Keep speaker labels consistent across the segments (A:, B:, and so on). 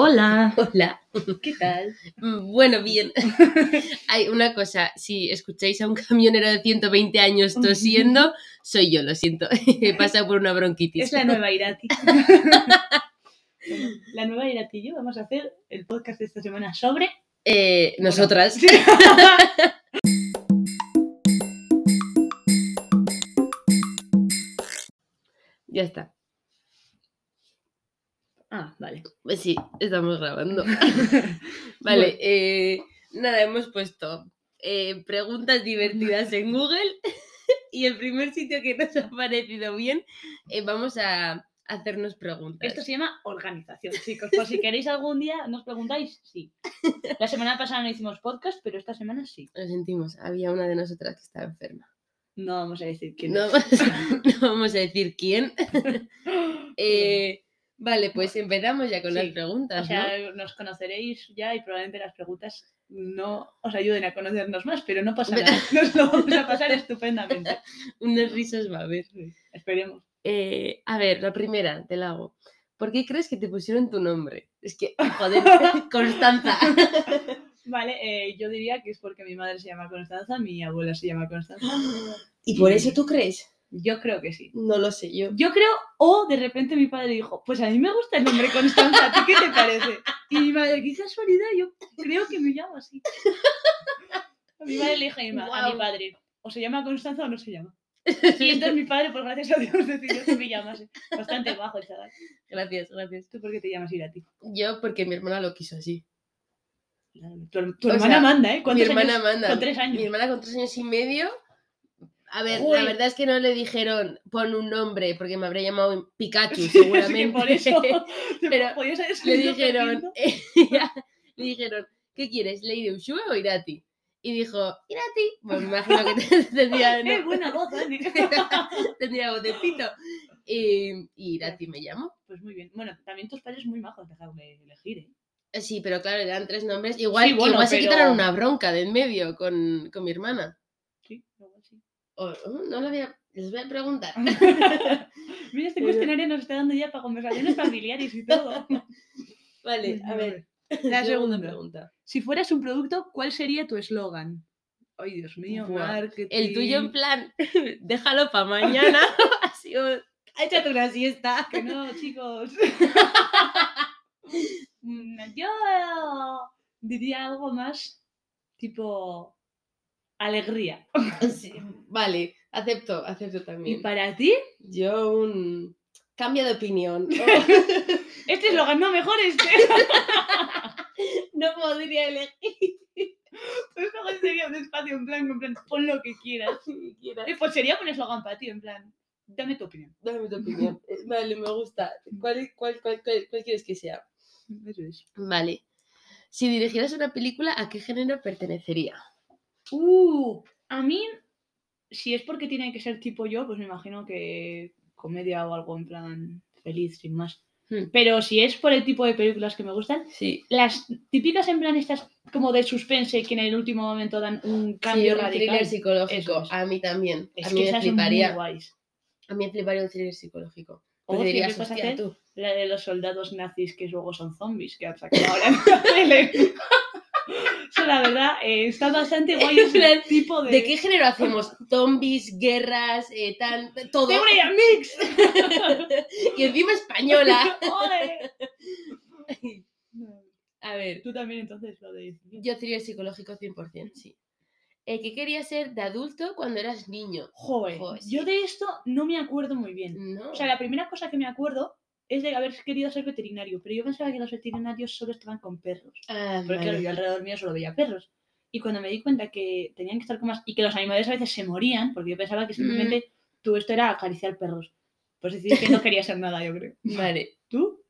A: Hola.
B: Hola.
A: ¿Qué tal?
B: Mm, Bueno, bien. Hay una cosa, si escucháis a un camionero de 120 años tosiendo, soy yo, lo siento. He pasado por una bronquitis.
A: Es la nueva Irati. la nueva Irati y yo vamos a hacer el podcast de esta semana sobre...
B: Eh, nosotras. Ya está.
A: ah, vale.
B: Pues sí, estamos grabando. Vale, eh, nada, hemos puesto eh, preguntas divertidas en Google y el primer sitio que nos ha parecido bien, eh, vamos a hacernos preguntas.
A: Esto se llama organización, chicos. Por si queréis algún día, nos preguntáis, sí. La semana pasada no hicimos podcast, pero esta semana sí.
B: Lo sentimos, había una de nosotras que estaba enferma.
A: No vamos a decir quién
B: No,
A: es.
B: no vamos a decir quién. Eh, vale, pues empezamos ya con las
A: Sí,
B: preguntas.
A: O sea, nos conoceréis ya y probablemente las preguntas no os ayuden a conocernos más, pero no pasa nada. Nos lo vamos a pasar estupendamente.
B: ¿no? Unos risos va a haber.
A: Esperemos.
B: Eh, a ver, la primera, te la hago. ¿Por qué crees que te pusieron tu nombre? Es que, joder, Constanza.
A: Vale, eh, yo diría que es porque mi madre se llama Constanza, mi abuela se llama Constanza.
B: ¿Y por eso tú crees?
A: Yo creo que sí.
B: No lo sé yo.
A: Yo creo, o de repente mi padre dijo, pues a mí me gusta el nombre Constanza, ¿a ti qué te parece? Y mi madre, qué casualidad, yo creo que me llamo así. A mi madre le dijo a mi, ma- a mi
B: Guau.
A: padre, o se llama Constanza o no se llama. Y entonces mi padre, pues gracias a Dios, decidió que me llamase. Bastante bajo, chaval.
B: Gracias, gracias.
A: ¿Tú por qué te llamas Irati?
B: Yo porque mi hermana lo quiso así.
A: Tu, her- tu
B: O
A: hermana
B: sea,
A: manda, ¿eh?
B: Mi
A: ¿Cuántos
B: hermana
A: años?
B: manda.
A: Con tres años.
B: Mi hermana con tres años y medio. A ver,
A: Uy.
B: la verdad es que no le dijeron pon un nombre porque me habría llamado Pikachu
A: Sí,
B: seguramente.
A: Sí, por eso. te
B: Pero
A: podías haber
B: le
A: salido
B: dijeron,
A: perdiendo.
B: le dijeron, ¿qué quieres, Lady Ushue o Irati? Y dijo, Irati. Pues me imagino que te- tendría,
A: ¡Eh,
B: no,
A: buena voz, Dani!
B: tendría vocecito. Y, y Irati me llamó.
A: Pues muy bien. Bueno, también tus padres muy majos dejarme elegir, ¿eh?
B: Eh, Sí, pero claro, eran tres nombres. Igual,
A: Sí, bueno,
B: igual se
A: pero-
B: quitaron una bronca de en medio con, con mi hermana.
A: Sí, igual sí.
B: O- oh, no lo había... Les voy a preguntar.
A: Mira, este
B: Pero-
A: cuestionario nos está dando ya para conversaciones familiares y todo.
B: Vale, a ver.
A: La segunda.
B: pregunta.
A: Si fueras un producto, ¿cuál sería tu eslogan? Ay, Dios mío,
B: Buah.
A: marketing.
B: El tuyo en plan, déjalo para mañana. Así, o- échate una siesta.
A: Que no, chicos. Mm, Yo diría algo más tipo alegría.
B: Sí, vale, acepto, acepto
A: ¿Y
B: también.
A: para ti?
B: Yo un cambio de opinión.
A: Este eslogan no mejor este.
B: no podría elegir
A: Tu eslogan sería un espacio en plan, en plan, pon lo que quieras.
B: ni siquiera.
A: Eh, Pues sería un eslogan para ti, en plan, dame tu opinión.
B: Dame tu opinión. Eh, Vale, me gusta. ¿Cuál, cuál, cuál, cuál, cuál quieres que sea?
A: Eso es.
B: Vale. Si dirigieras una película, ¿a qué género pertenecería?
A: Uh, a mí, si es porque tiene que ser tipo yo, pues me imagino que comedia o algo en plan feliz, sin más.
B: Hmm.
A: Pero si es por el tipo de películas que me gustan,
B: Sí.
A: las típicas en plan estas como de suspense que en el último momento dan un cambio
B: un
A: radical.
B: thriller psicológico.
A: Eso es.
B: A mí también.
A: Es
B: a
A: que
B: mí me
A: esas son muy
B: fliparía.
A: guays.
B: A mí me fliparía un thriller psicológico.
A: O
B: Porque
A: si
B: dirías,
A: empiezas a
B: "Hostia,
A: hacer
B: tú".
A: La de los soldados nazis que luego son zombies que han sacado ahora en la tele. Eso la verdad eh, está bastante guay
B: En plan,
A: ese tipo de...
B: ¿De qué género hacemos? Zombies, guerras, eh, tan, todo.
A: ¡Teoría mix!
B: y encima española.
A: ¡Ole!
B: A ver,
A: Tú también entonces lo de...
B: yo thriller psicológico 100%, sí. Eh, ¿Qué querías ser de adulto cuando eras niño?
A: Joder,
B: Joder,
A: yo de esto no me acuerdo muy bien.
B: No.
A: O sea, la primera cosa que me acuerdo es de haber querido ser veterinario, pero yo pensaba que los veterinarios solo estaban con perros.
B: Ah,
A: Porque claro,
B: vale.
A: yo alrededor mío solo veía perros. Y cuando me di cuenta que tenían que estar con más y que los animales a veces se morían, porque yo
B: Mm.
A: pensaba que simplemente tú esto era acariciar perros. Pues decir que no quería ser nada, yo creo.
B: Vale.
A: ¿Tú?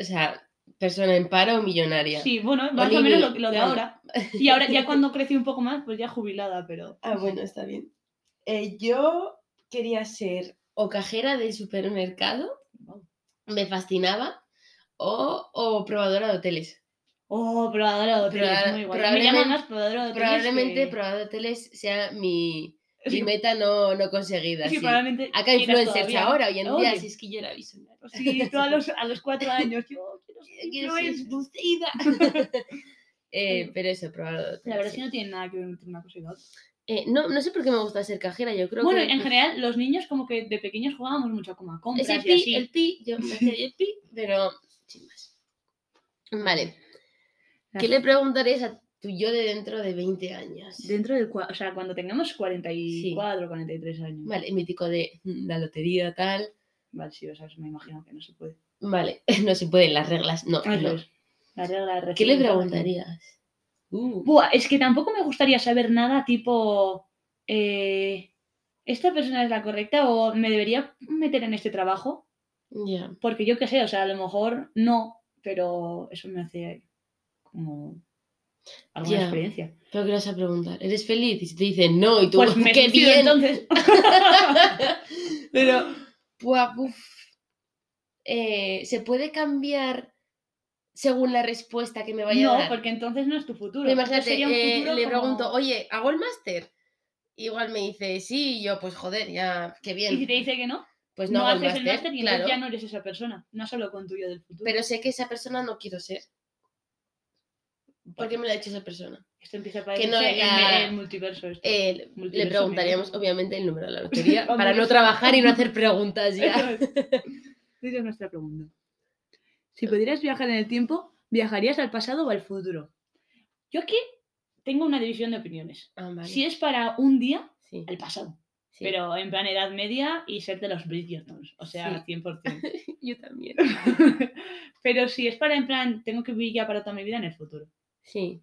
B: O sea, persona en paro o millonaria.
A: Sí, bueno, más o
B: Olivia,
A: menos lo, lo de
B: vale.
A: ahora. Y ahora ya cuando crecí un poco más, pues ya jubilada, pero...
B: Ah, bueno, está bien. Eh, yo quería ser o cajera de supermercado,
A: Wow.
B: me fascinaba, o, o probadora de hoteles.
A: Oh, probadora de hoteles,
B: Proba-
A: muy guay. Me llaman
B: probablemente-
A: más probadora de hoteles
B: Probablemente
A: que-
B: probadora de hoteles sea mi, mi
A: Sí,
B: meta no, no conseguida.
A: sí,
B: sí.
A: probablemente
B: Acá
A: quieras
B: influencers
A: todavía, ¿no?
B: ahora, hoy en día,
A: Oye.
B: si es que yo era visionaria.
A: Sí, tú a los, a los cuatro años, yo quiero
B: quiero
A: no
B: ser
A: es-
B: Poseida. Eh, pero eso, probarlo.
A: La verdad es que no tiene nada que ver entre una cosa y la otra.
B: Eh, no, no sé por qué me gusta ser cajera, yo creo
A: Bueno,
B: que...
A: en general, los niños como que de pequeños jugábamos mucho como a compras
B: Ese
A: y
B: pi,
A: así.
B: el pi, yo me hacía el pi, pero sin más. Vale. ¿Qué le preguntarías a tu yo de dentro de 20 años?
A: Dentro del... cua- O sea, cuando tengamos 44, 43 años.
B: Vale, mítico de mm, la lotería, tal.
A: Vale, sí, o sea, eso me imagino que no se puede.
B: Vale, no se pueden las reglas, no.
A: Al
B: no.
A: revés. La regla de
B: ¿Qué le
A: recién-
B: preguntarías? Uh,
A: Buah, es que tampoco me gustaría saber nada tipo, eh, ¿esta persona es la correcta o me debería meter en este trabajo?
B: ya.
A: Porque yo qué sé, o sea, a lo mejor no, pero eso me hace como alguna
B: Ya.
A: experiencia.
B: Pero ¿qué le vas a preguntar? ¿Eres feliz? Y si te dicen no, y tú,
A: Pues me
B: ¡qué
A: suicido,
B: bien!
A: entonces.
B: Pero, buah, buf. Eh, ¿se puede cambiar según la respuesta que me vaya a
A: no,
B: dar?
A: porque entonces no es tu futuro.
B: Pero Imagínate,
A: Sería un
B: eh,
A: futuro
B: le
A: como-
B: pregunto, oye, ¿hago el máster? Igual me dice, sí, y yo, pues joder, ya, qué bien.
A: Y si te dice que no,
B: pues no,
A: no,
B: hago el
A: haces el
B: máster,
A: máster y entonces
B: claro.
A: ya no eres esa persona. No solo con tuyo del futuro.
B: Pero sé que esa persona no quiero ser. ¿Por qué me lo ha dicho esa persona?
A: Esto empieza a parecer
B: no
A: el,
B: era-
A: el multiverso. este. esto.
B: Eh, le- le
A: Multiverso,
B: preguntaríamos,
A: mega.
B: obviamente, el número de la lotería
A: Hombre,
B: para no
A: eso.
B: trabajar y no hacer preguntas ya.
A: Eso es. Esa es nuestra pregunta. Si pudieras viajar en el tiempo, ¿viajarías al pasado o al futuro? Yo aquí tengo una división de opiniones.
B: Ah, vale.
A: Si es para un día,
B: Sí,
A: al pasado.
B: sí.
A: Pero en plan edad media y ser de los Bridgertons. O sea, 100%.
B: Yo también.
A: Pero si es para en plan, tengo que vivir ya para toda mi vida en el futuro.
B: Sí.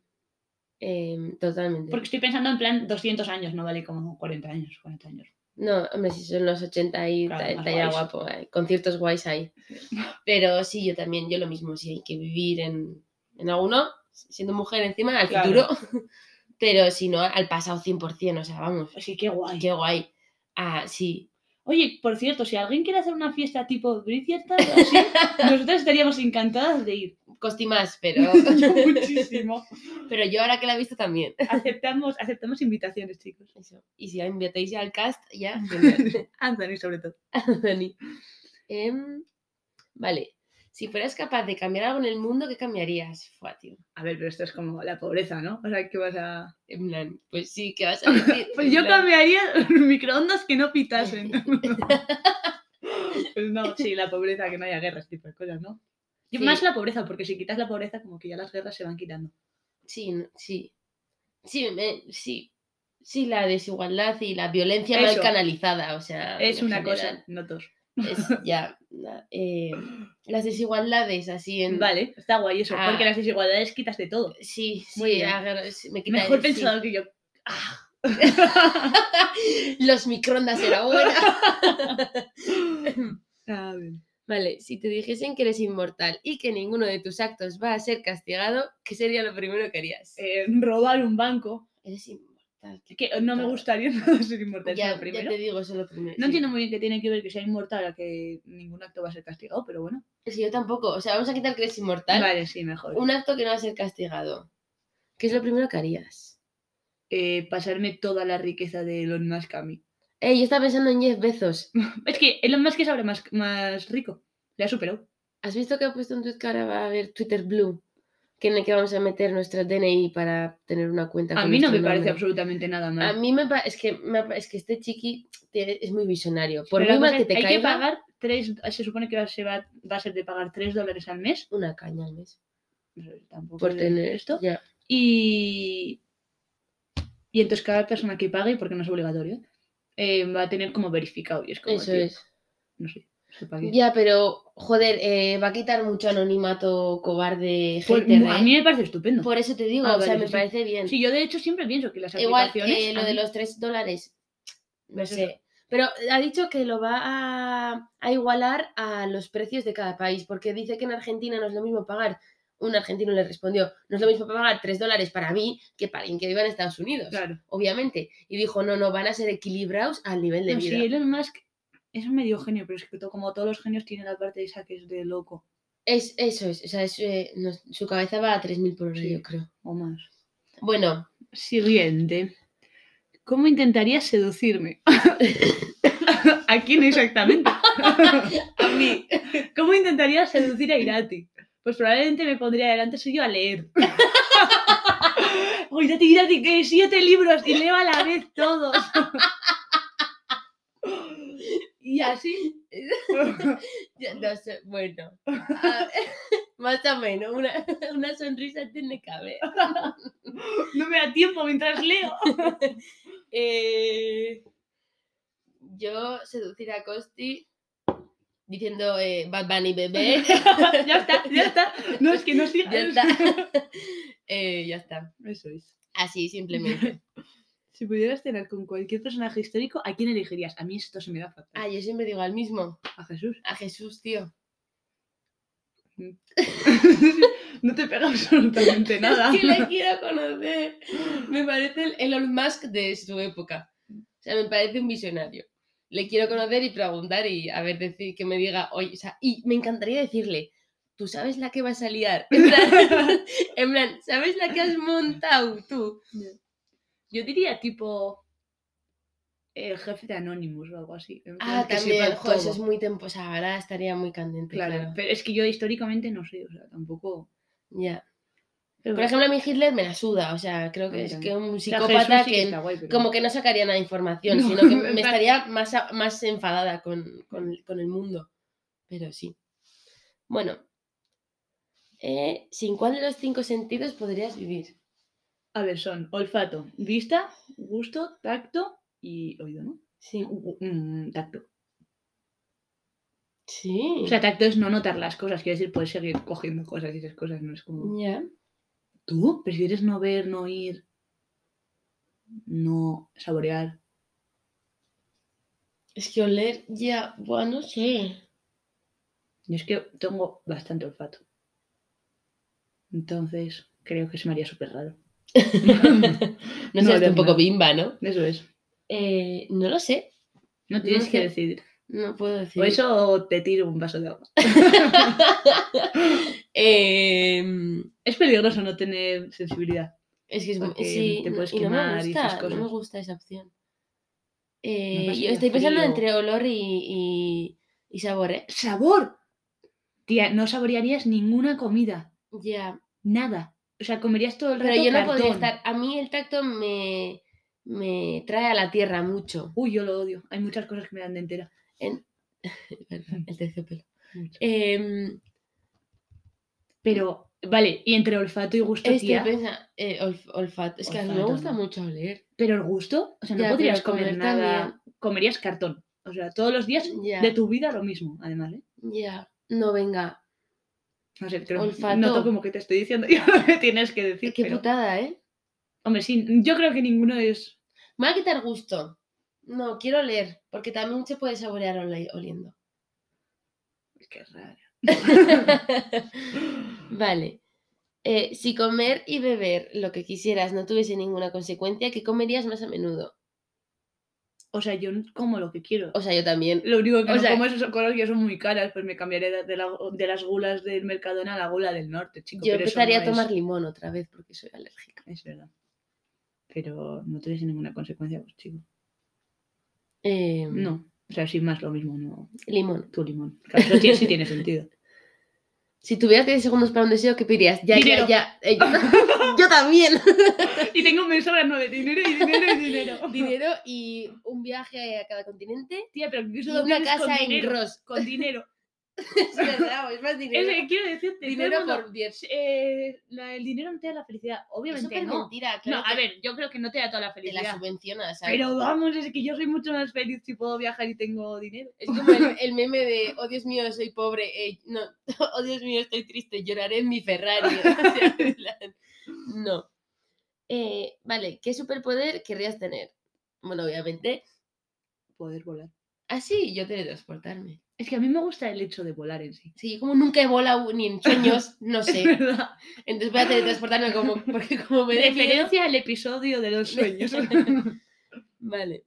B: Em, totalmente.
A: Porque estoy pensando en plan 200 años, no vale como 40 años. 40 años.
B: No, hombre, si son los 80 y
A: Claro,
B: ta-
A: más
B: talla
A: guays.
B: guapo, eh, conciertos guays hay. Pero sí, yo también, yo lo mismo, si hay que vivir en, en alguno, siendo mujer encima, al
A: Claro.
B: futuro, pero si no, al pasado 100%, o sea, vamos,
A: Así que guay.
B: qué guay. Ah, sí,
A: Oye, por cierto, si alguien quiere hacer una fiesta tipo Bridgerton, o así, nosotras estaríamos encantadas de ir.
B: costi más, pero,
A: muchísimo.
B: pero yo ahora que la he visto también.
A: Aceptamos, aceptamos invitaciones, chicos.
B: Eso. Y si ya invitáis ya al cast, ya, genial.
A: Anthony, sobre todo.
B: Dani. Em, vale, si fueras capaz de cambiar algo en el mundo, ¿qué cambiarías? Fua, tío.
A: A ver, pero esto es como la pobreza, ¿no? O sea, que vas a.
B: En plan, pues sí, ¿qué vas a decir?
A: Pues
B: En
A: yo
B: plan,
A: cambiaría los microondas que no pitasen. pues no, sí, la pobreza, que no haya guerras, tipo de cosas, ¿no? Y
B: Sí.
A: Más la pobreza, porque si quitas la pobreza, como que ya las guerras se van quitando.
B: Sí, no- sí. Sí, me- sí. Sí, la desigualdad y la violencia mal
A: Eso.
B: canalizada, o sea.
A: es
B: en
A: una
B: general,
A: cosa, no dos.
B: Es, ya. na- eh, las desigualdades, así en.
A: Vale, está guay eso,
B: Ah.
A: porque las desigualdades quitas de todo.
B: Sí,
A: Muy
B: sí,
A: bien.
B: agar- sí, me quita
A: Mejor
B: sí.
A: pensado que yo. Ah.
B: Los microondas era buena.
A: A ver.
B: Vale, si te dijesen que eres inmortal y que ninguno de tus actos va a ser castigado, ¿qué sería lo primero que harías?
A: Eh, robar un banco.
B: Eres inmortal. qué
A: que no me
B: putada.
A: gustaría nada ser inmortal
B: Ya,
A: eso
B: ya
A: primero.
B: te digo, eso es lo primero.
A: No
B: sí.
A: entiendo muy bien qué tiene que ver que sea inmortal a que ningún acto va a ser castigado, pero bueno.
B: Sí, yo tampoco. O sea, vamos a quitar que eres inmortal.
A: Vale, sí, mejor.
B: Un acto que no va a ser castigado. ¿Qué es lo primero que harías?
A: Eh, pasarme toda la riqueza de Elon Musk a mí.
B: Eh, yo estaba pensando en Jeff Bezos.
A: Es que Elon Musk es ahora más, más rico. Le ha superado.
B: ¿Has visto que ha puesto un tweet que ahora va a haber Twitter Blue? Que en el que vamos a meter nuestro DNI para tener una cuenta.
A: A
B: con
A: mí no me
B: nuestro
A: parece
B: nombre?
A: absolutamente nada
B: A
A: mal.
B: mí me parece. Es que, me ha pa- es que este chiqui tiene- es muy visionario. Por
A: Pero la
B: muy mal
A: cosa
B: que
A: es,
B: te
A: hay
B: caiga,
A: que pagar tres, se supone que va, se va, va a ser de pagar 3 dólares al mes.
B: una caña al mes.
A: No sé, tampoco
B: Por
A: es
B: tener
A: esto.
B: ya.
A: Y, y entonces cada persona que pague, porque no es obligatorio, eh, va a tener como verificado. Y es como,
B: Eso
A: tío,
B: es.
A: No sé, sepa qué.
B: Ya, pero, joder, eh, va a quitar mucho anonimato cobarde,
A: Pues,
B: hater,
A: a
B: ¿eh?
A: mí me parece estupendo.
B: Por eso te digo,
A: Ah,
B: o sea,
A: vale,
B: me
A: sí.
B: parece bien.
A: Sí, yo de hecho siempre pienso que las
B: Igual
A: aplicaciones...
B: eh, lo
A: a
B: de
A: mí-
B: los 3 dólares, no
A: Pues eso.
B: sé. Pero ha dicho que lo va a, a igualar a los precios de cada país, porque dice que en Argentina no es lo mismo pagar, un argentino le respondió, no es lo mismo pagar 3 dólares para mí que para alguien que viva en Estados Unidos,
A: Claro.
B: obviamente. Y dijo, no, no, van a ser equilibrados al nivel de
A: No, sí,
B: vida.
A: Elon Musk es un medio genio, pero es que to- como todos los genios tiene la parte esa que es de loco
B: Es, eso es, o sea, es, eh, no, su cabeza va a 3.000 por hora,
A: Sí.
B: yo creo.
A: o más.
B: Bueno,
A: Siguiente. ¿Cómo intentarías seducirme? ¿A quién exactamente?
B: a mí.
A: ¿Cómo intentarías seducir a Irati? pues probablemente me pondría delante suyo a leer. Uy, ya te dirás de que siete libros y leo a la vez todos. y así. eh,
B: Ya, no sé, bueno. A ver, más o menos, una, una sonrisa tiene que haber.
A: No me da tiempo mientras leo.
B: Eh, yo seducir a Costi diciendo eh, Bad Bunny bebé.
A: ya está, ya está. No, es que no sigas.
B: ya está. Eh, ya está.
A: Eso es.
B: Así simplemente.
A: Si pudieras cenar con cualquier personaje histórico, ¿a quién elegirías? A mí esto se me da fatal.
B: Ah, yo siempre digo al mismo.
A: A Jesús.
B: A Jesús, tío.
A: no te pega absolutamente nada.
B: Es que le quiero conocer. Me parece el Elon Musk de su época. O sea, me parece un visionario. Le quiero conocer y preguntar y a ver, decir, que me diga, oye, o sea, y me encantaría decirle, ¿tú sabes la que vas a liar? En plan, en plan, ¿sabes la que has montado tú?
A: Yo diría tipo el jefe de Anonymous o algo así. en
B: Ah,
A: plan que
B: también,
A: sepa
B: jo, eso
A: todo.
B: es muy tempo, o sea, ahora estaría muy candente,
A: Claro,
B: claro.
A: pero es que yo históricamente no sé, o sea, tampoco.
B: Ya.
A: Pero
B: Por ejemplo, a mí Hitler me la suda, o sea, creo
A: A mí
B: que es que
A: también.
B: un
A: o sea,
B: psicópata
A: Jesús sí
B: que
A: está guay, pero-
B: como que no sacaría nada de información,
A: No,
B: sino que me
A: en plan-
B: estaría más, a- más enfadada con, con- con el mundo. Pero sí. Bueno. Eh, ¿Sin cuál de los cinco sentidos podrías vivir?
A: A ver, son olfato, vista, gusto, tacto y oído, ¿no?
B: Sí.
A: Gu- mm, tacto.
B: Sí.
A: O sea, tacto es no notar las cosas, quiero decir, puedes seguir cogiendo cosas y esas cosas, no es como.
B: Ya.
A: ¿Tú prefieres no ver, no oír, no saborear?
B: Es que oler ya, bueno, no sé.
A: Yo es que tengo bastante olfato. Entonces, creo que se me haría súper raro.
B: No sé, es
A: oler
B: un poco
A: nada.
B: bimba, ¿no?
A: Eso es.
B: Eh, no lo sé.
A: No tienes
B: sé.
A: que decidir.
B: No puedo decir.
A: O eso o te tiro un vaso de agua.
B: Em,
A: Es peligroso no tener sensibilidad.
B: Es que es
A: Porque
B: sí,
A: te
B: no-
A: puedes
B: y no me
A: quemar y esas
B: gusta, no me
A: cosas.
B: gusta esa opción. Eh,
A: pasaría
B: yo estoy pensando
A: frío.
B: entre olor y, y, y sabor, ¿eh?
A: ¡Sabor! Tía, no saborearías ninguna comida.
B: Ya,
A: Nada. O sea, comerías todo el rato
B: pero yo no podría
A: cartón.
B: estar. A mí el tacto me, me trae a la tierra mucho.
A: Uy, yo lo odio. Hay muchas cosas que me dan de entera.
B: Es verdad, El terciopelo.
A: Mucho.
B: Em,
A: Pero, vale, y entre olfato y gusto,
B: estoy
A: tía.
B: pensando. eh, olf- olfato. Es que a mí me
A: Olfato,
B: gusta
A: ¿no?
B: mucho oler.
A: Pero el gusto, o sea, no
B: Ya,
A: podrías
B: pero
A: comer
B: comer
A: nada. Comerías cartón. O sea, todos los días
B: Ya,
A: de tu vida lo mismo, además, ¿eh?
B: ya. No, venga.
A: No sé, creo
B: Olfato.
A: noto como que te estoy diciendo yo lo que tienes que decir.
B: Qué
A: pero-
B: putada, ¿eh?
A: Hombre, sí, yo creo que ninguno es.
B: Me va a quitar gusto. No, quiero oler, porque también se puede saborear ole- oliendo.
A: Qué raro.
B: vale. Eh, si comer y beber lo que quisieras no tuviese ninguna consecuencia, ¿qué comerías más a menudo?
A: O sea, yo como lo que quiero.
B: O sea, yo también.
A: Lo único que
B: o
A: no
B: sea-
A: como es- son cosas que son muy caras, pues me cambiaré de, de la- de las gulas del Mercadona a la gula del norte, chico.
B: Yo
A: pero eso
B: empezaría
A: no
B: a tomar
A: Es,
B: limón otra vez porque soy alérgica.
A: es verdad. Pero no tienes ninguna consecuencia, pues chico.
B: Eh,
A: No. O sea, sin más lo mismo, no.
B: Limón.
A: Tu limón. Claro, eso tiene- sí tiene sentido.
B: Si tuvieras 10 segundos para un deseo, ¿qué pedirías? Ya,
A: Dinero.
B: ya, ya. Eh, yo, yo también.
A: Y tengo un mensaje no de dinero y dinero y dinero.
B: Dinero y un viaje a cada continente.
A: Tía, pero que
B: Y
A: eso lo
B: una
A: tienes
B: casa
A: con
B: en
A: dinero.
B: Ross.
A: Con dinero.
B: Es verdad, es más dinero.
A: Es que quiero decirte, todo el
B: dinero
A: mundo,
B: por 10.
A: eh, la- el dinero no te da la felicidad.
B: Es
A: Obviamente
B: súper
A: no.
B: mentira,
A: No,
B: claro.
A: a ver, yo creo que no te da toda la
B: que Te la
A: felicidad.
B: subvencionas. ¿sabes?
A: Pero vamos, es que yo soy mucho más feliz si puedo viajar y tengo dinero.
B: Es como el, el meme de, oh Dios mío, soy pobre, eh, no, oh Dios mío, estoy triste, lloraré en mi Ferrari. o sea, en plan, no. Eh, vale, ¿qué superpoder querrías tener? Bueno, obviamente,
A: Poder volar.
B: así yo teletransportarme.
A: Es que a mí me gusta el hecho de volar en sí.
B: Sí, yo como nunca he volado ni en sueños, no
A: Es
B: sé.
A: verdad.
B: Entonces voy a teletransportarme como, porque como me dé miedo-
A: Referencia al episodio de los sueños.
B: Vale.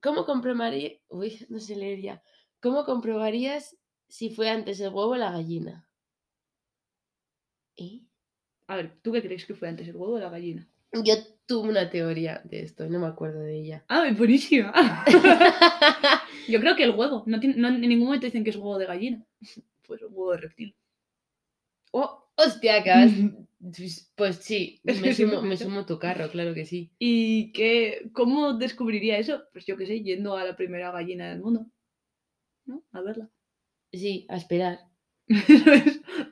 B: ¿Cómo comprobaría? Uy, no sé leer ya. ¿Cómo comprobarías si fue antes el huevo o la gallina? ¿Eh?
A: a ver, ¿tú qué crees que fue antes, el huevo o la gallina?
B: Yo tuve una teoría de esto, no me acuerdo de ella.
A: Ah, buenísima. Yo creo que el huevo. No tiene- no- en ningún momento dicen que es huevo de gallina. Pues un huevo de reptil.
B: Oh, hostia, acabas. Pues, pues sí,
A: Es
B: me
A: que
B: sumo,
A: sí.
B: me sumo a tu carro, claro que sí.
A: ¿Y qué, cómo descubriría eso? Pues yo qué sé, yendo a la primera gallina del mundo. ¿No? A verla.
B: Sí, a esperar.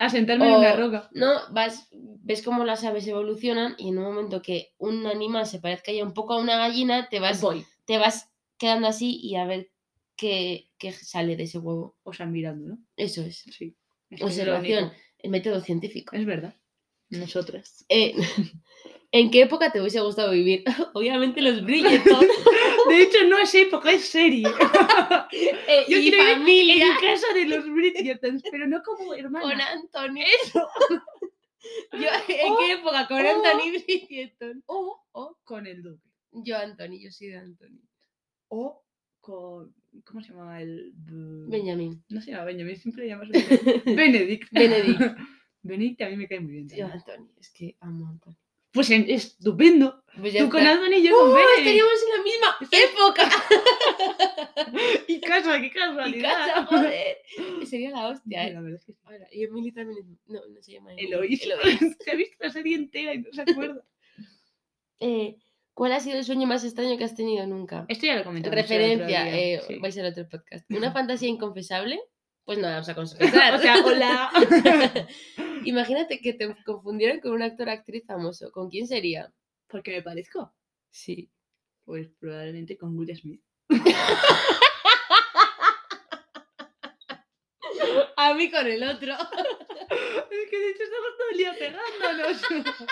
A: a sentarme en una
B: O-
A: roca.
B: No, vas, ves cómo las aves evolucionan y en un momento que un animal se parezca ya un poco a una gallina, te vas,
A: Voy.
B: te vas quedando así y a ver qué, qué sale de ese huevo.
A: O sea, mirando, ¿no?
B: eso es.
A: Sí. Es que es
B: Observación,
A: irónico.
B: el método científico.
A: Es verdad. Nosotras.
B: Eh, ¿En qué época te hubiese gustado vivir? Obviamente los Bridgerton
A: De hecho, no es época, es serie.
B: eh,
A: Yo
B: y
A: quiero vivir
B: familia
A: en casa de los Bridgertons, pero no como
B: con
A: hermana. Oh.
B: Anthony. Yo, ¿En
A: O-
B: qué época? Con
A: o-
B: Anthony Bridgerton.
A: O, o con el duque.
B: Yo Anthony, yo soy de Anthony.
A: O con... ¿Cómo se llamaba el...?
B: Benjamin.
A: No se llama Benjamin, siempre le llamas Benedict.
B: Benedict.
A: Benedict a mí me cae muy bien.
B: Yo
A: también.
B: Anthony, es que amo a Anthony.
A: Pues en- estupendo.
B: Pues ya
A: Tú con
B: está.
A: Anthony y yo con
B: ¡Oh,
A: Benedict.
B: estaríamos en la misma época!
A: Y casa, qué
B: Mi
A: casualidad.
B: casa, joder. Sería la hostia, ¿eh?
A: La verdad es que sí.
B: Ahora, y Emily también es... No, no se llama Emily.
A: Eloís.
B: Eloís.
A: Se ha visto la serie entera y no se acuerda.
B: Eh, ¿Cuál ha sido el sueño más extraño que has tenido nunca?
A: Esto ya lo comentamos. el otro
B: Referencia,
A: día,
B: eh,
A: sí.
B: vais al otro podcast. ¿Una fantasía inconfesable? Pues nada, vamos a confesar.
A: O sea, hola.
B: Imagínate que te confundieran con un actor o actriz famoso. ¿Con quién sería?
A: ¿Por qué me parezco?
B: Sí.
A: Pues probablemente con Will Smith.
B: A mí con el otro.
A: Es que de hecho estamos todo el día pegándonos.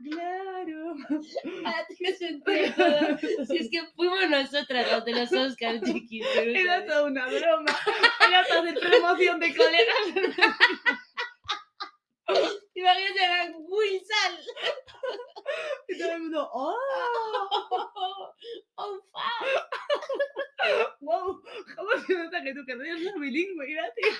A: claro.
B: Ahora Ah, tiene sentido todo. Si es que fuimos nosotras las de los Oscars, chiquis. pero
A: Era
B: sabes.
A: toda una broma. Era para hacer promoción de colegas.
B: Imagínate a Wilson.
A: Y todo el mundo, ¡oh!
B: Oh, oh, fuck.
A: ¡Wow! ¿Cómo se nota que tu carrera es una bilingüe? Gracias.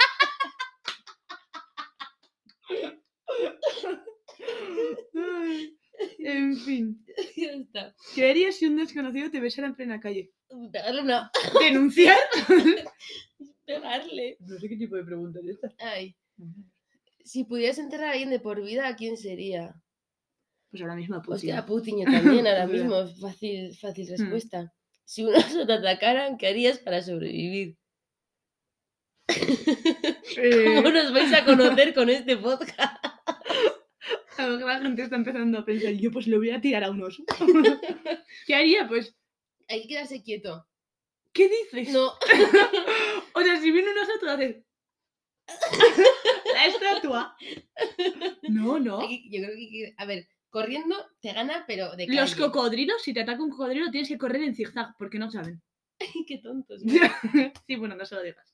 A: Ay, en fin.
B: Ya está.
A: ¿Qué harías si un desconocido te besara en plena calle?
B: Pegarle una.
A: ¿Denunciar?
B: Pegarle.
A: No sé qué tipo de pregunta es esta.
B: Ay. Si pudieras enterrar a alguien de por vida, ¿a quién sería?
A: Pues ahora mismo pues
B: Hostia, Putin Hmm. yo también, ahora
A: Es verdad.
B: mismo. Fácil, fácil respuesta. Si un oso te atacaran, ¿qué harías para sobrevivir?
A: pues, eh,
B: ¿Cómo nos vais a conocer con este podcast?
A: la gente está empezando a pensar, yo pues le voy a tirar a un oso. ¿Qué haría? Pues,
B: Hay que quedarse quieto.
A: ¿qué dices?
B: No,
A: O sea, si viene un oso, tú haces... la estatua. No, no.
B: hay que- yo creo que, hay que- A ver, corriendo te gana, pero de
A: Los
B: calle.
A: cocodrilos, si te ataca un cocodrilo, tienes que correr en zigzag, porque no saben.
B: Qué tontos.
A: sí, bueno, no se lo digas.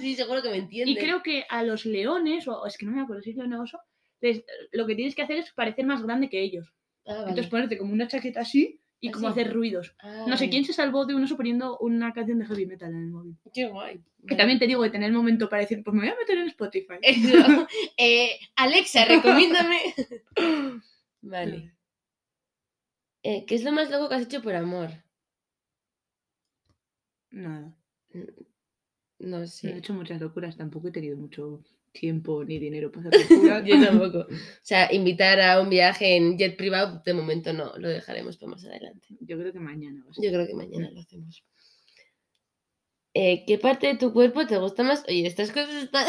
B: sí, seguro que me entienden.
A: Y creo que a los leones, o es que no me acuerdo si es león o oso, les- lo que tienes que hacer es parecer más grande que ellos.
B: Ah, vale.
A: Entonces ponerte como una chaqueta así y como
B: Así.
A: hacer ruidos.
B: Ah,
A: No sé
B: vale.
A: quién se salvó de un oso poniendo una canción de heavy metal en el móvil.
B: Qué guay.
A: Que
B: Vale.
A: también te digo de tener el momento para decir, pues me voy a meter en Spotify.
B: Eso. Eh, Alexa, recomiéndame. Vale. Eh, ¿Qué es lo más loco que has hecho por amor?
A: Nada.
B: No
A: No He
B: sé.
A: hecho muchas locuras, tampoco he tenido mucho tiempo ni dinero para hacer locuras.
B: Yo tampoco. O sea, invitar a un viaje en jet privado, de momento no, lo dejaremos para más adelante.
A: Yo creo que mañana va a ser.
B: Yo creo que mañana lo hacemos. Eh, ¿Qué parte de tu cuerpo te gusta más? Oye, estas cosas están...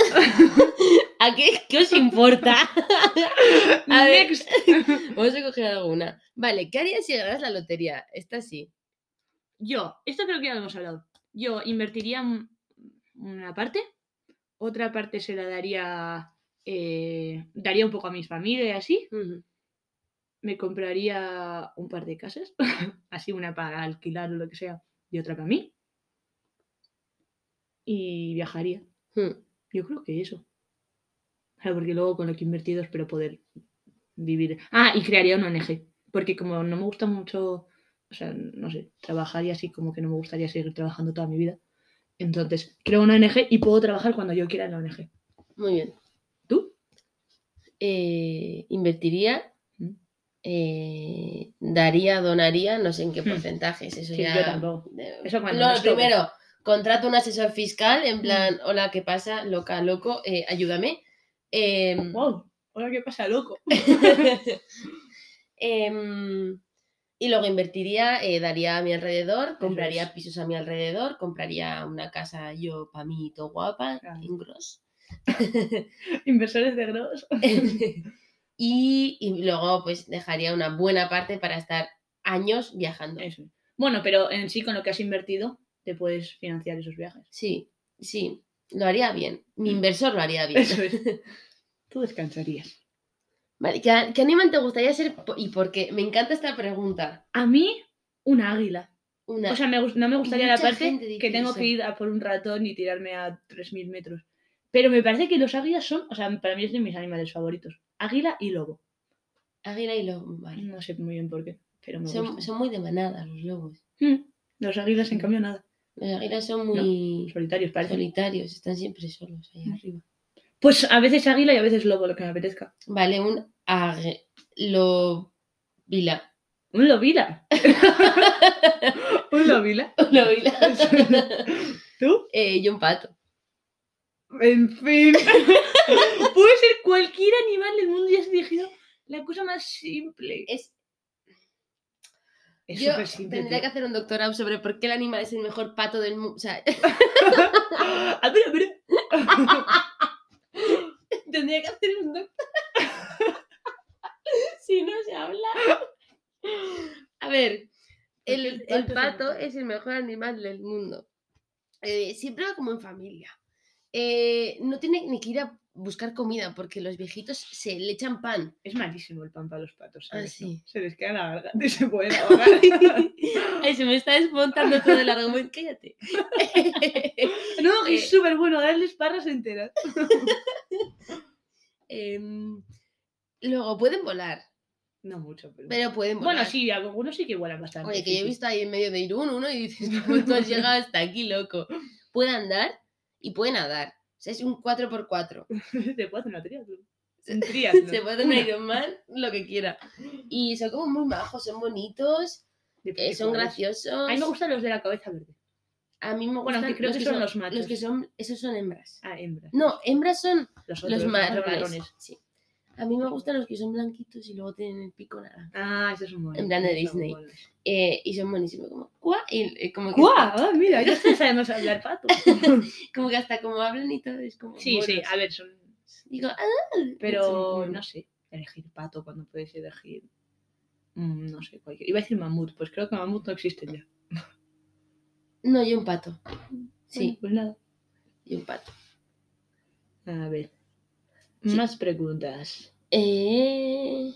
B: ¿A qué, qué os importa? A ver.
A: Next.
B: Vamos a coger alguna. Vale, ¿qué harías si ganas la lotería? Esta sí.
A: Yo, esto creo que ya lo hemos hablado. Yo invertiría un- una parte, otra parte se la daría, eh, daría un poco a mis familias y así.
B: Ujú.
A: Me compraría un par de casas, así una para alquilar o lo que sea, y otra para mí. Y viajaría.
B: Hmm.
A: Yo creo que eso. Claro, porque luego con lo que he invertido espero poder vivir. Ah, y crearía una ONG. Porque como no me gusta mucho, o sea, no sé, trabajar y así como que no me gustaría seguir trabajando toda mi vida. Entonces, creo una ONG y puedo trabajar cuando yo quiera en la ONG.
B: Muy bien.
A: ¿Tú?
B: Eh, invertiría,
A: Mm.
B: eh, daría, donaría, no sé en qué
A: Hmm.
B: porcentajes, eso
A: Sí,
B: ya.
A: yo tampoco.
B: de-
A: Eso cuando
B: No,
A: nos toque.
B: primero, contrato un asesor fiscal en plan, hola, ¿qué pasa? Loca, loco, eh, ayúdame. Em,
A: ¡Wow! Ahora qué pasa, loco.
B: Em, y luego invertiría, eh, daría a mi alrededor, compraría pisos a mi alrededor, compraría una casa yo para mí, todo guapa,
A: Claro.
B: en gros.
A: Inversores de gros.
B: y, y luego pues dejaría una buena parte para estar años viajando.
A: Eso. Bueno, pero en sí, con lo que has invertido, te puedes financiar esos viajes.
B: Sí, sí, lo haría bien. Mi
A: Mm.
B: inversor lo haría bien.
A: Eso es. Tú descansarías.
B: Vale, ¿qué, a- qué animal te gustaría ser po- y por qué? Me encanta esta pregunta.
A: A mí, un águila.
B: Una,
A: O sea, me, gus- no me gustaría la
B: Mucha
A: parte
B: gente dice
A: que tengo
B: eso.
A: que ir a por un ratón y tirarme a 3.000 metros. Pero me parece que los águilas son, o sea, para mí es de mis animales favoritos. Águila y lobo.
B: águila y lobo. vale.
A: No sé muy bien por qué, pero me
B: Son,
A: gustan.
B: son muy de manada los lobos.
A: Mm, Los águilas, en cambio, nada.
B: Los águilas son muy
A: Solitarios, parece.
B: solitarios, están siempre solos ahí
A: Mm.
B: arriba.
A: Pues a veces águila y a veces lobo, lo que me apetezca.
B: Vale, un águila. Lobila.
A: Un lobila. un lobila.
B: Lobila.
A: ¿Tú?
B: Eh, yo un pato.
A: En fin. Puede ser cualquier animal del mundo y has elegido la cosa más simple.
B: Es,
A: Es
B: yo
A: súper simple.
B: tendría que
A: tío.
B: hacer un doctorado sobre por qué el animal es el mejor pato del mundo. O sea, Ah,
A: A ver, a ver.
B: tendría que hacer un doctorado. si no se habla. A ver, el,
A: Porque el pato es el
B: el pato
A: mejor.
B: es el mejor animal del mundo. Eh, siempre va como en familia. Eh, no tiene ni que ir a buscar comida porque los viejitos se le echan pan.
A: Es malísimo el pan para los patos.
B: Ah,
A: ¿sabes, no?
B: sí.
A: Se les queda la garganta y se pueden ahogar.
B: Ay, se me está desmontando todo el argumento. Cállate.
A: no,
B: Eh.
A: es súper bueno darles parras enteras.
B: Em, luego, pueden volar,
A: No mucho, pero.
B: pero pueden volar.
A: bueno, sí, algunos sí que vuelan bastante.
B: Oye, que
A: sí,
B: yo he
A: sí.
B: visto ahí en medio de Irún uno y dices, ¿cómo tú has llegado hasta aquí, loco? Puede andar y puede nadar. O sea, es un 4x4.
A: Se puede hacer una triatlón.
B: Se-
A: Un triatlón.
B: Se puede hacer un Ironman, lo que quiera. Y son como muy majos, son bonitos, eh,
A: Depende
B: son
A: cuál es.
B: graciosos.
A: A mí me gustan los de la cabeza verde.
B: A mí me
A: bueno, aunque
B: gustan
A: creo que son los machos.
B: que son, esos son hembras.
A: Ah, hembras.
B: No, hembras son
A: los,
B: los
A: otros,
B: marrones.
A: marrones.
B: Sí. A mí me gustan los que son blanquitos y luego tienen el pico naranja.
A: Ah, esos son buenos.
B: En plan de
A: esos son
B: Disney.
A: buenos.
B: Eh, y son buenísimos, como cuá, y eh, como que,
A: ¡Guau! Ah, mira, ya hasta sabemos hablar pato.
B: como que hasta como hablan y todo, es como
A: sí, sí,
B: monos.
A: a ver, son.
B: Digo, "Ah",
A: Pero
B: son-
A: no sé, elegir pato cuando puedes elegir. mm, No sé, cualquier. Iba a decir mamut, pues creo que mamut no existen ya.
B: No, yo un pato.
A: Bueno,
B: Sí,
A: pues nada.
B: yo un pato.
A: A ver.
B: Sí.
A: Más preguntas.
B: Eh,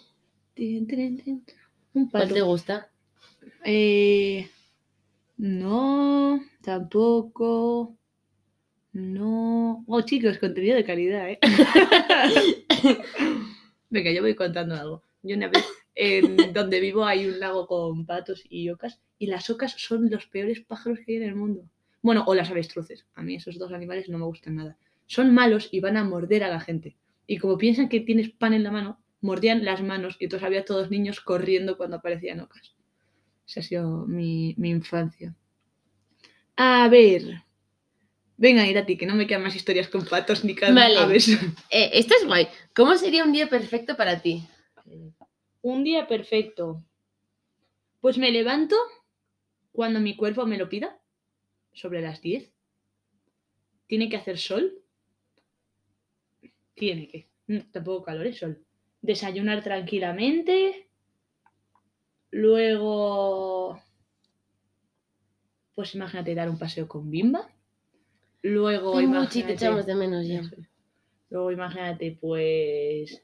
A: Tin, tin, tin. Un
B: ¿Cuál
A: pato.
B: te gusta?
A: Eh, no, tampoco. No. Oh, chicos, contenido de calidad, ¿eh? Venga, yo voy contando algo. Yo una vez, en donde vivo hay un lago con patos y ocas, y las ocas son los peores pájaros que hay en el mundo. Bueno, o las avestruces. A mí esos dos animales no me gustan nada. Son malos y van a morder a la gente. Y como piensan que tienes pan en la mano, mordían las manos y entonces había todos niños corriendo cuando aparecían ocas. Esa ha sido mi, mi infancia. A ver. Venga, ir a ti, que no me quedan más historias con patos ni cada
B: Vale.
A: aves.
B: Eh, esto es guay. ¿Cómo sería un día perfecto para ti?
A: Un día perfecto. Pues me levanto cuando mi cuerpo me lo pida, sobre las 10. Tiene que hacer sol. Tiene que. Mm, Tampoco calor, es sol. Desayunar tranquilamente. Luego. Pues imagínate dar un paseo con Bimba. Luego
B: Muchi, te
A: imagínate.
B: echamos de menos ya.
A: Eso es. Luego imagínate, pues,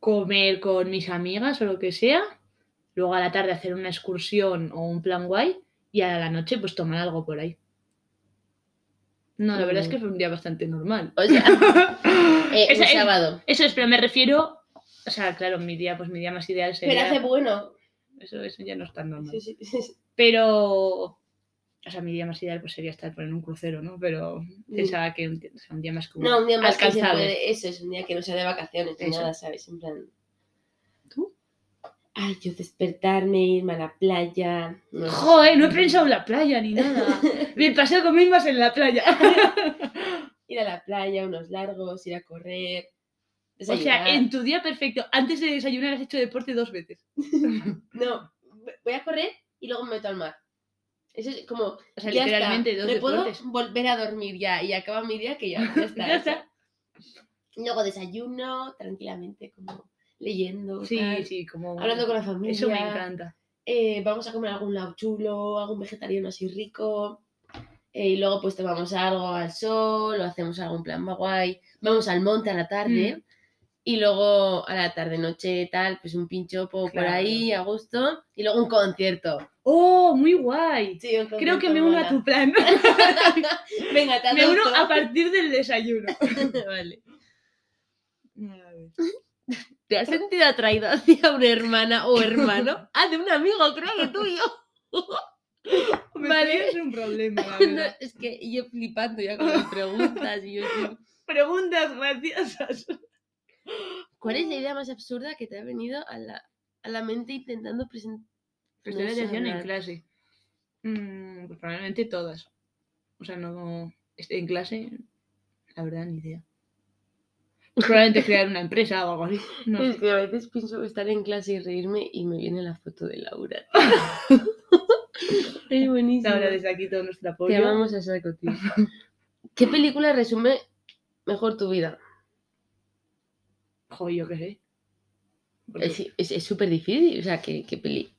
A: comer con mis amigas o lo que sea. Luego a la tarde hacer una excursión o un plan guay. Y a la noche, pues tomar algo por ahí. No, la verdad es que fue un día bastante normal.
B: O sea, eh,
A: Esa-
B: un
A: es-
B: sábado.
A: eso es, pero me refiero. O sea, claro, mi día, pues mi día más ideal sería.
B: bueno.
A: Eso, eso ya no es tan normal.
B: Sí, sí, sí.
A: Pero. O sea, mi día más ideal pues sería estar por en un crucero, ¿no? Pero
B: Mm.
A: pensaba que un, o sea, un día más como
B: No, un día más que se
A: alcanzable.
B: puede- Eso es un día que no sea de vacaciones, ni
A: Eso.
B: nada, ¿sabes? En plan.
A: ¿Tú?
B: Ay, yo despertarme, irme a la playa. no sé.
A: Joder, no he pensado en la playa ni nada. Me paseo con mismas en la playa.
B: Ir a la playa, unos largos, ir a correr,
A: O sea,
B: Desayunar.
A: en tu día perfecto, antes de desayunar has hecho deporte dos veces.
B: No, voy a correr y luego me meto al mar. Eso es como.
A: O sea,
B: ya está,
A: literalmente dos
B: Me puedo
A: deportes.
B: volver a dormir ya y acaba mi día que ya, ya está.
A: Ya
B: o sea.
A: está.
B: Luego desayuno tranquilamente, como leyendo.
A: Sí,
B: tal,
A: sí, como...
B: Hablando con la familia.
A: Eso me encanta.
B: eh, vamos a comer algún lado chulo, algún vegetariano así rico. eh, y luego pues tomamos algo al sol o hacemos algún plan más guay. Vamos al monte a la tarde. Y luego a la tarde, noche, tal, pues un pinchopo por
A: Claro.
B: ahí, a gusto. Y luego un concierto.
A: ¡Oh, muy guay!
B: Sí, un
A: Creo que
B: concierto
A: me uno a
B: mola.
A: tu plan.
B: Venga, te
A: me uno
B: adopto.
A: a partir del desayuno.
B: Vale.
A: Yo
B: ¿Te has sentido atraído hacia una hermana o hermano? ah, de un amigo, creo que tuyo. Vale.
A: Es un problema, la
B: No,
A: verdad.
B: es que yo flipando ya con las preguntas. Y yo, yo,
A: Preguntas graciosas.
B: ¿Cuál es la idea más absurda que te ha venido a la, a la mente intentando presentar?
A: Prestar
B: No sé
A: atención en
B: hablar.
A: clase. Mm, pues probablemente todas. O sea, no. este, En clase, la verdad, ni idea. Pues probablemente crear una empresa o algo así. No sé.
B: que a veces pienso estar en clase y reírme y me viene la foto de Laura. es buenísimo.
A: Ahora desde aquí todo nuestro apoyo.
B: Te amamos a saco, tío. ¿Qué película resume mejor tu vida?
A: Jo, yo qué sé. Porque-
B: Es es- es súper difícil. O sea, ¿qué, qué peli?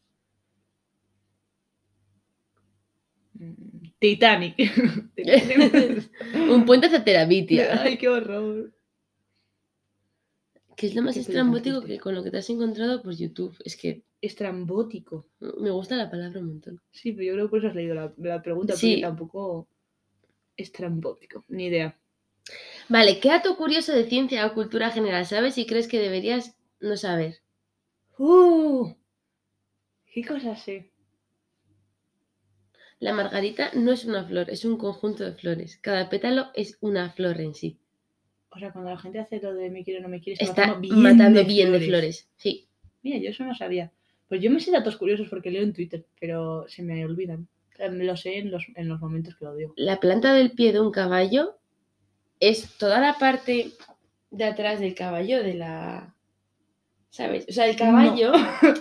A: Mm, Titanic. Titanic.
B: Un puente hacia Terabitia.
A: Ay, qué horror.
B: ¿Qué es lo más
A: Qué película más
B: estrambótico
A: triste.
B: que con lo que te has encontrado por YouTube? Es que
A: Estrambótico.
B: me gusta la palabra un montón.
A: Sí, pero yo creo que por eso has leído la, la pregunta,
B: Sí.
A: porque tampoco estrambótico. Ni idea.
B: Vale, ¿qué dato curioso de ciencia o cultura general sabes y crees que deberías no saber?
A: ¡Uh! ¿Qué cosas sé?
B: La margarita no es una flor, es un conjunto de flores. Cada pétalo es una flor en sí.
A: O sea, cuando la gente hace lo de me quiere o no me quiere, está,
B: Está
A: matando bien,
B: matando
A: de,
B: bien
A: flores.
B: de flores. Sí.
A: Mira, yo eso no sabía. Pues yo me sé datos curiosos porque leo en Twitter, pero se me olvidan. Eh, me Lo sé en los, en los momentos que lo digo.
B: La planta del pie de un caballo es toda la parte de atrás del caballo, de la... ¿Sabes? O sea, el caballo...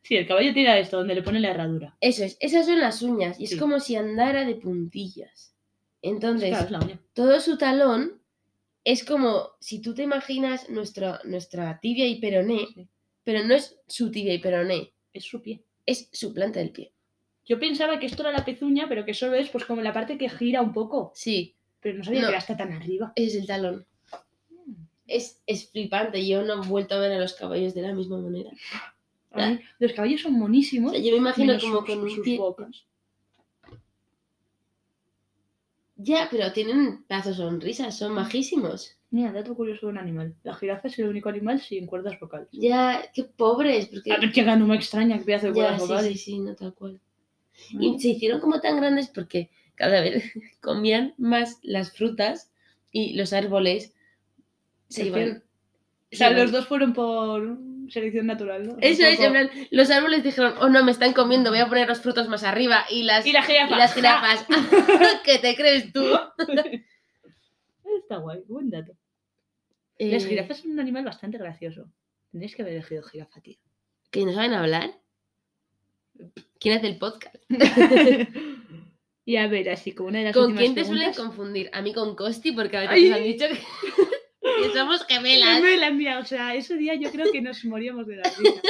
A: Sí, el caballo tira esto, donde le pone la herradura.
B: Eso es, esas son las uñas y
A: Sí.
B: es como si andara de puntillas. Entonces,
A: Claro, es la uña.
B: todo su talón es como si tú te imaginas nuestra, nuestra tibia y peroné,
A: Sí.
B: pero no es su tibia y peroné,
A: Es su pie.
B: es su planta del pie.
A: Yo pensaba que esto era la pezuña, pero que solo es pues como la parte que gira un poco.
B: Sí,
A: Pero no sabía
B: No.
A: que era hasta tan arriba.
B: ese es el talón. Es, es flipante, yo no he vuelto a ver a los caballos de la misma manera.
A: A mí, los caballos son monísimos.
B: O sea, Ah. yo me imagino
A: menos
B: como
A: sus-
B: con un
A: sus
B: pie.
A: bocas.
B: Ya, pero tienen pedazos de sonrisas, son majísimos.
A: Mira, dato curioso de un animal. La jirafa es el único animal sin cuerdas vocales.
B: Ya, qué pobres, porque...
A: A ver, que no me extraña que pedazo de
B: Ya,
A: cuerdas
B: sí, sí,
A: vocales.
B: sí, no tal cual. Y se hicieron como tan grandes porque cada vez comían más las frutas y los árboles se
A: Se
B: iban.
A: hicieron- O sea,
B: se iban.
A: los dos fueron por selección natural, ¿no?
B: Eso
A: Un
B: es,
A: poco-
B: en plan, los árboles dijeron, oh no, me están comiendo, voy a poner los frutos más arriba y las,
A: Y la jirafa.
B: y las jirafas. ¿Qué te crees tú?
A: Está guay, buen dato. Las
B: Eh,
A: jirafas son un animal bastante gracioso. Tendrías que haber elegido jirafa, tío.
B: ¿Que no saben hablar? ¿Quién hace el podcast?
A: y a ver, así como una de las
B: ¿Con
A: últimas
B: quién te suelen
A: preguntas.
B: confundir? A mí con Costi, porque a veces
A: Ay.
B: nos han dicho que, que somos gemelas.
A: Me la envía, o sea, ese día yo creo que nos moríamos de la risa.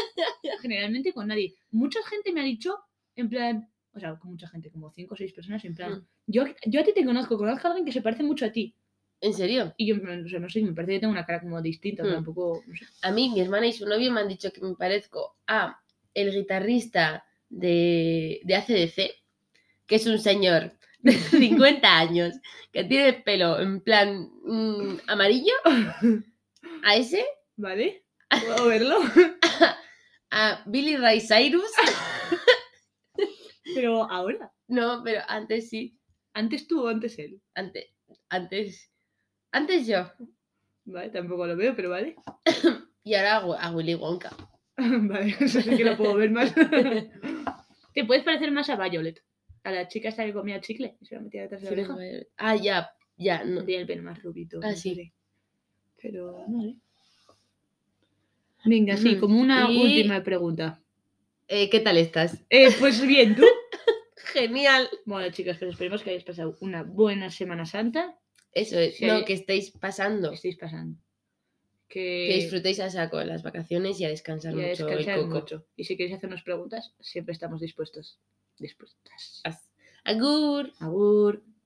A: Generalmente con nadie. Mucha gente me ha dicho, en plan, o sea, con mucha gente, como cinco o seis personas, en plan,
B: Mm.
A: yo, yo a ti te conozco, conozco a alguien que se parece mucho a ti.
B: ¿En serio?
A: Y yo, en plan, o sea, no sé, me parece que tengo una cara como distinta,
B: Mm.
A: tampoco, no sé.
B: a mí, mi hermana y su novio me han dicho que me parezco a el guitarrista de, de ACDC, que es un señor de 50 años, que tiene el pelo en plan mm, amarillo, a ese,
A: ¿Vale? ¿Puedo verlo?
B: a Billy Ray Cyrus,
A: Pero ahora,
B: no, pero antes sí,
A: antes tú o antes él.
B: antes, antes, antes yo,
A: ¿Vale? Tampoco lo veo, pero vale.
B: y ahora a Wi- a Willy Wonka.
A: vale, eso sí que lo puedo ver más. te puedes parecer más a Violet. A la chica esta que comía chicle y se la metía detrás de la oreja.
B: Ah, ya, ya, no.
A: Tiene el pelo más rubito.
B: Ah,
A: no
B: sí.
A: sé. Pero, no sé. Venga, sí,
B: Ujú.
A: como una
B: Hmm. Y-
A: última pregunta.
B: Eh, ¿Qué tal estás?
A: Eh, pues bien, ¿tú?
B: Genial.
A: Bueno, chicas, que esperemos que hayáis pasado una buena Semana Santa.
B: Eso es,
A: Sí.
B: no, que estéis pasando.
A: Que estéis pasando.
B: Que
A: Que,
B: disfrutéis a saco las vacaciones y a descansar
A: y a
B: mucho
A: descansar
B: el coco.
A: mucho. Y si queréis hacernos
B: Ah.
A: preguntas, siempre estamos dispuestos. Dispuestas.
B: As- Agur.
A: Agur.